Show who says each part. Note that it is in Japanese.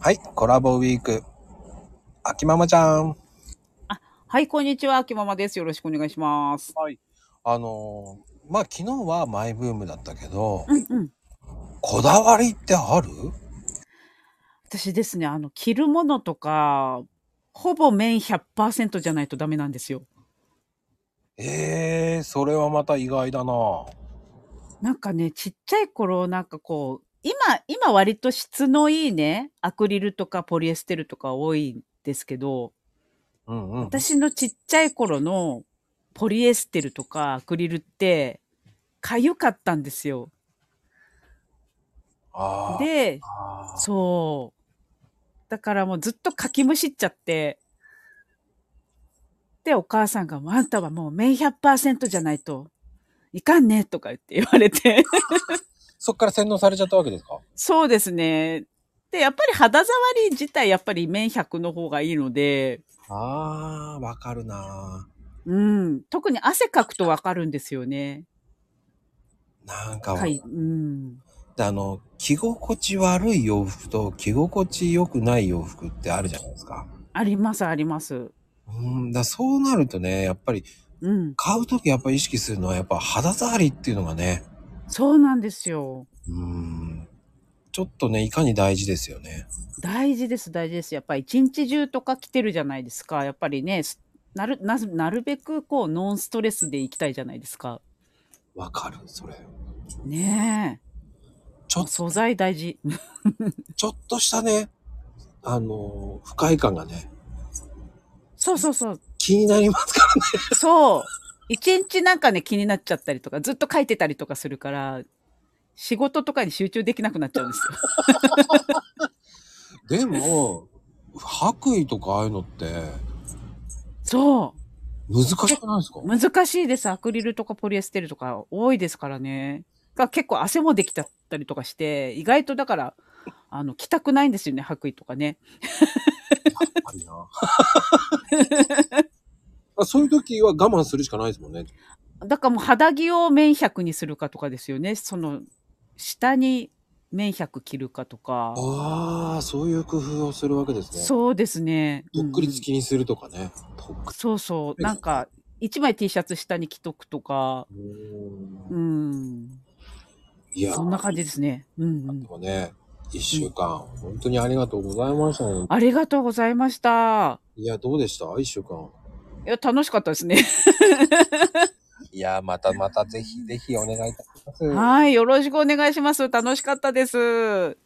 Speaker 1: はい、コラボウィーク。あきままちゃん。
Speaker 2: はい、こんにちは。秋ママです。よろしくお願いします。
Speaker 1: あのーまあ、昨日はマイブームだったけど、
Speaker 2: うんうん。
Speaker 1: こだわりってある
Speaker 2: 私ですね、あの、着るものとか、ほぼ綿100%じゃないとダメなんですよ。
Speaker 1: ええー、それはまた意外だな
Speaker 2: なんかね、ちっちゃい頃、なんかこう、今、今割と質のいいね、アクリルとかポリエステルとか多いんですけど、
Speaker 1: うんうん。
Speaker 2: 私のちっちゃい頃のポリエステルとかアクリルって、かゆかったんですよ。
Speaker 1: あー
Speaker 2: で、
Speaker 1: あー。
Speaker 2: そう。だからもうずっとかきむしっちゃって。で、お母さんが、もうあんたはもう麺100%じゃないといかんね、とか言って言われて。
Speaker 1: そっから洗脳されちゃったわけですか
Speaker 2: そうですね。で、やっぱり肌触り自体、やっぱり麺100の方がいいので、
Speaker 1: ああ、わかるな
Speaker 2: うん。特に汗かくとわかるんですよね。
Speaker 1: なんか、
Speaker 2: はい。うん。
Speaker 1: あの、着心地悪い洋服と着心地良くない洋服ってあるじゃないですか。
Speaker 2: あります、あります。
Speaker 1: うん、だそうなるとね、やっぱり
Speaker 2: うん。
Speaker 1: 買うときやっぱ意識するのはやっぱ肌触りっていうのがね、
Speaker 2: そうなんですよ。
Speaker 1: うん、ちょっとね、いかに大事ですよね。
Speaker 2: 大事です大事ですやっぱり一日中とか来てるじゃないですかやっぱりねすなるななるべくこうノンストレスで行きたいじゃないですか
Speaker 1: わかる、それ。
Speaker 2: ね
Speaker 1: ちょ
Speaker 2: え素材大事
Speaker 1: ちょっとしたね、あのー不快感がね、
Speaker 2: そうそうそう
Speaker 1: 気になりますからね。
Speaker 2: そう一日なんかね気になっちゃったりとかずっと書いてたりとかするから仕事とかに集中できなくなっちゃうんですよ
Speaker 1: でも、白衣とかああいうのって
Speaker 2: そ
Speaker 1: 難しくないですか
Speaker 2: う難しいですアクリルとかポリエステルとか多いですからねが結構汗もできちゃったりとかして意外とだからあの着たくないんですよね白衣とかね
Speaker 1: やっぱりな あそういう時は我慢するしかないですもんね。
Speaker 2: だからもう肌着を綿100にするかとかですよね。その下に綿100着るかとか。
Speaker 1: ああ、そういう工夫をするわけですね。
Speaker 2: そうですね。
Speaker 1: とっくりつ
Speaker 2: うん
Speaker 1: きにするとかね。とっ
Speaker 2: うん
Speaker 1: く
Speaker 2: そうそう。なんか、1枚 T シャツ下に着とくとか。
Speaker 1: りう
Speaker 2: うんん。
Speaker 1: いや、
Speaker 2: そんな感じですね。うん、うん
Speaker 1: で。もね、一週間、本当にありがとうございました、ね。
Speaker 2: ありがとうございました。
Speaker 1: いや、どうでした一週間。
Speaker 2: いや、楽しかったですね。
Speaker 1: いや、またまたぜひぜひお願いいたします。
Speaker 2: はい。よろしくお願いします。楽しかったです。